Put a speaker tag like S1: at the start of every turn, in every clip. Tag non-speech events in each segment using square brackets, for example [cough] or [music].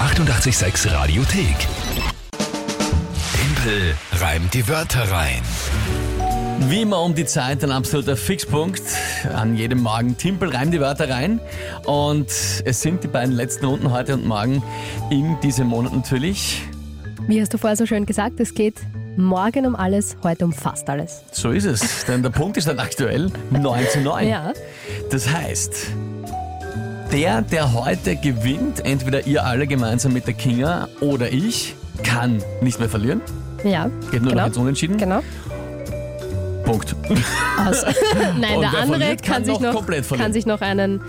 S1: 886 Radiothek. Tempel reimt die Wörter rein.
S2: Wie immer um die Zeit ein absoluter Fixpunkt. An jedem Morgen Timpel reimt die Wörter rein. Und es sind die beiden letzten Runden heute und morgen in diesem Monat natürlich.
S3: Wie hast du vorher so schön gesagt, es geht morgen um alles, heute um fast alles.
S2: So ist es. Denn der Punkt ist dann aktuell 9 zu 9.
S3: Ja.
S2: Das heißt, der, der heute gewinnt, entweder ihr alle gemeinsam mit der Kinga oder ich, kann nicht mehr verlieren.
S3: Ja.
S2: Geht nur
S3: genau.
S2: noch jetzt um- unentschieden.
S3: Genau.
S2: Punkt.
S3: Aus. [laughs]
S2: [laughs]
S3: Nein,
S2: Und
S3: der
S2: wer
S3: andere
S2: verliert, kann
S3: kann,
S2: noch
S3: sich noch,
S2: komplett verlieren.
S3: kann sich noch einen,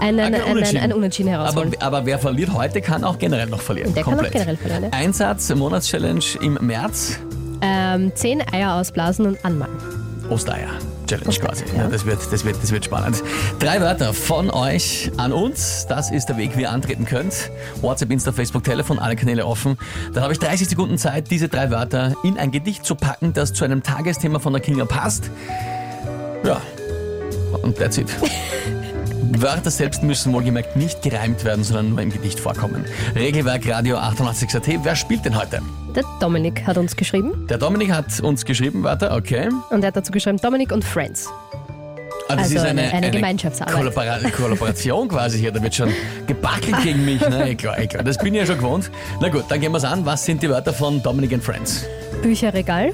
S3: einen, einen, einen,
S2: Unentschieden.
S3: einen Unentschieden
S2: Aber,
S3: herausholen.
S2: aber wer verliert heute, kann auch generell noch verlieren.
S3: Der kann auch
S2: Komplett.
S3: generell verlieren, ja.
S2: Einsatz, Monatschallenge im März,
S3: ähm, zehn Eier ausblasen und anmalen.
S2: Ostereier. Challenge quasi.
S3: ja.
S2: Ja, das, wird, das, wird, das wird spannend. Drei Wörter von euch an uns. Das ist der Weg, wie ihr antreten könnt. WhatsApp, Insta, Facebook, Telefon, alle Kanäle offen. Dann habe ich 30 Sekunden Zeit, diese drei Wörter in ein Gedicht zu packen, das zu einem Tagesthema von der Kinga passt. Ja, und that's it. Wörter selbst müssen wohlgemerkt nicht gereimt werden, sondern nur im Gedicht vorkommen. Regelwerk Radio 88 AT. Wer spielt denn heute?
S3: Der Dominik hat uns geschrieben
S2: Der Dominik hat uns geschrieben, Wörter, okay.
S3: und er hat dazu geschrieben, Dominik und Friends.
S2: Ah, das
S3: Also
S2: ist eine,
S3: eine- eine Gemeinschaftsarbeit.
S2: Kollabora Kollaboration quasi hier. Da wird schon gebackelt gegen mich. Na,
S3: [laughs]
S2: eh klar, eh klar. Das bin ich ja schon gewohnt. Na gut, dann gehen wir es an. Was sind die Wörter von Dominic and Friends? [laughs]
S3: Bücherregal,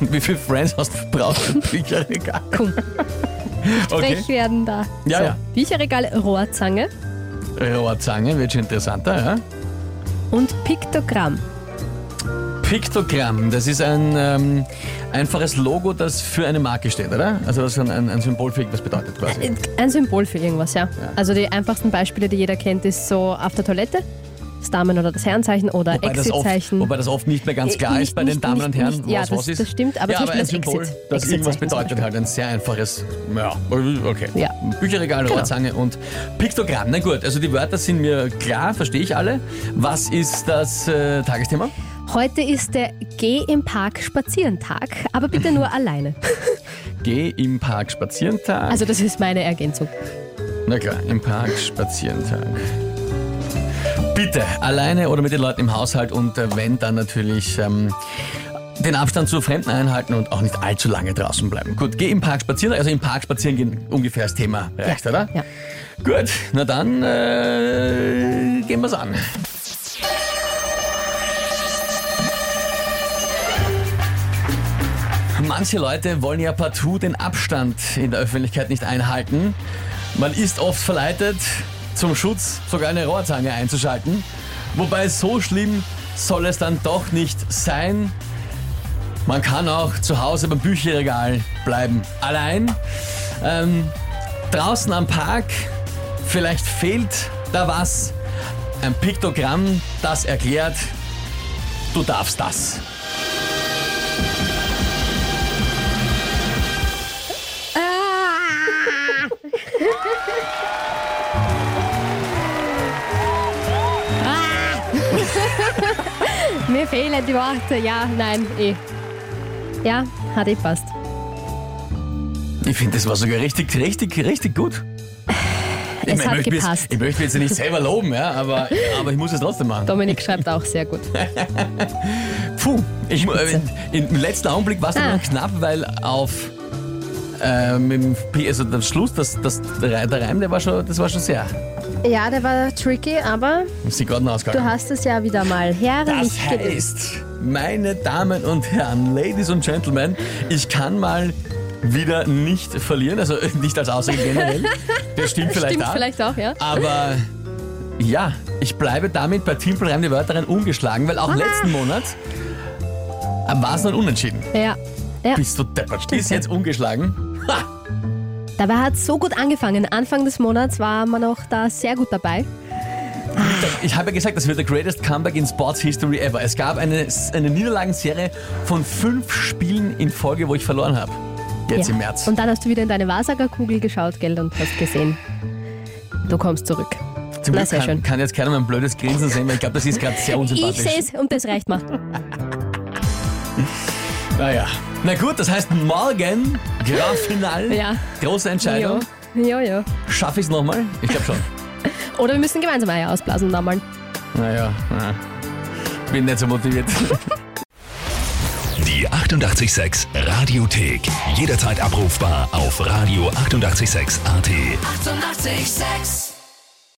S2: Wie viel Friends hast du
S3: [laughs]
S2: brauchst für ein Bücherregal?
S3: Kuh.
S2: Okay.
S3: Frech werden da.
S2: Ja, ja.
S3: Bücherregal, Rohrzange
S2: Rohrzange wird schon interessanter. Ja?
S3: und Piktogramm.
S2: Piktogramm, das ist ein ähm, einfaches Logo, das für eine Marke steht, oder? Also das ein, ein, ein Symbol für irgendwas bedeutet quasi.
S3: Ein Symbol für irgendwas, ja. Also die einfachsten Beispiele, die jeder kennt, ist so auf der Toilette, das Damen- oder das Herrenzeichen oder
S2: Wobei das, oft,
S3: Exit-Zeichen. Äh,
S2: wobei das oft nicht mehr ganz klar
S3: Nicht-
S2: ist bei den
S3: nicht-
S2: Damen
S3: nicht-
S2: und Herren,
S3: nicht-
S2: was
S3: ja,
S2: was
S3: das-
S2: ist.
S3: das stimmt, aber
S2: ja,
S3: zum
S2: aber
S3: Beispiel
S2: ein
S3: das
S2: Symbol,
S3: Exit-
S2: das irgendwas
S3: Exit-Zeichen zum
S2: bedeutet, halt ein sehr einfaches, ja, okay.
S3: Ja. Genau.
S2: Bücherregal, Rohrzange und Piktogramm. Na gut, also die Wörter sind mir klar, verstehe ich alle. Was ist das äh, Tagesthema?
S3: Heute ist der Geh im Park spazieren Tag, aber
S2: [laughs]
S3: bitte nur alleine.
S2: Geh im Park spazieren Tag.
S3: Also das ist meine Ergänzung.
S2: Na klar, im Park spazieren Tag. Bitte, alleine oder mit den Leuten im Haushalt und äh, wenn, dann natürlich ähm, den Abstand zu Fremden einhalten und auch nicht allzu lange draußen bleiben. Gut, geh im Park spazieren, also im Park spazieren gehen ungefähr das Thema reicht, oder?
S3: Ja.
S2: Gut, na dann äh, gehen wir's an. Manche Leute wollen ja partout den Abstand in der Öffentlichkeit nicht einhalten. Man ist oft verleitet, zum Schutz sogar eine Rohrzange einzuschalten. Wobei so schlimm soll es dann doch nicht sein. Man kann auch zu Hause beim Bücherregal bleiben. Allein. Ähm, draußen am Park, vielleicht fehlt da was. Ein Piktogramm, das erklärt, du darfst das. Ah!
S3: [laughs] Mir fehlen die Worte. Ja, nein, eh. Ja, hat eh passt.
S2: Ich finde, das war sogar richtig, richtig, richtig gut. Ich
S3: Es
S2: mein,
S3: hat
S2: ich möchte jetzt-
S3: gepasst.
S2: Ich möchte jetzt nicht selber loben, ja, aber, aber ich muss es trotzdem machen.
S3: Dominik schreibt auch sehr gut.
S2: Puh, ich, äh, im letzten Augenblick war es
S3: Ah.
S2: dann knapp, weil auf ähm, im P- also der Schluss, das, das, der Reim, der war schon, das war schon sehr.
S3: Ja, der war tricky, aber
S2: Ist die Garten
S3: du
S2: ausgegangen.
S3: hast es ja wieder mal herrlich
S2: Das
S3: gelöst.
S2: heißt, meine Damen und Herren, Ladies und Gentlemen, ich kann mal wieder nicht verlieren, also [laughs] nicht als Aussage generell. Das stimmt vielleicht
S3: [laughs] Stimmt
S2: auch.
S3: vielleicht auch, ja.
S2: Aber ja, ich bleibe damit bei Timpel Reim die Wörter rein ungeschlagen, weil
S3: Ah.
S2: auch letzten Monat war es dann unentschieden.
S3: Ja. ja.
S2: Bist du deppert. Bis jetzt ungeschlagen. Ha!
S3: Dabei hat es so gut angefangen. Anfang des Monats war man auch da sehr gut dabei.
S2: Ich habe ja gesagt, das wird der greatest comeback in Sports History ever. Es gab eine, eine Niederlagenserie von fünf Spielen in Folge, wo ich verloren habe. Jetzt
S3: ja.
S2: im März.
S3: Und dann hast du wieder in deine Wahrsagerkugel geschaut, gell, und hast gesehen, du kommst zurück.
S2: Zum
S3: Na,
S2: Glück
S3: sehr
S2: kann,
S3: schön.
S2: kann jetzt keiner mein blödes Grinsen sehen, weil ich glaube, das ist gerade sehr
S3: Ich
S2: unsympathisch.
S3: sehe es und das reicht mir.
S2: Naja. Na gut, das heißt morgen Grand Final.
S3: Ja.
S2: Große Entscheidung.
S3: Jo, jo. jo.
S2: Schaffe ich es nochmal? Ich glaube schon.
S3: Oder wir müssen gemeinsam Eier ausblasen und anmalen.
S2: Naja, na. bin nicht so motiviert.
S1: Die 886 Radiothek. Jederzeit abrufbar auf radio886.at. 886!
S4: 886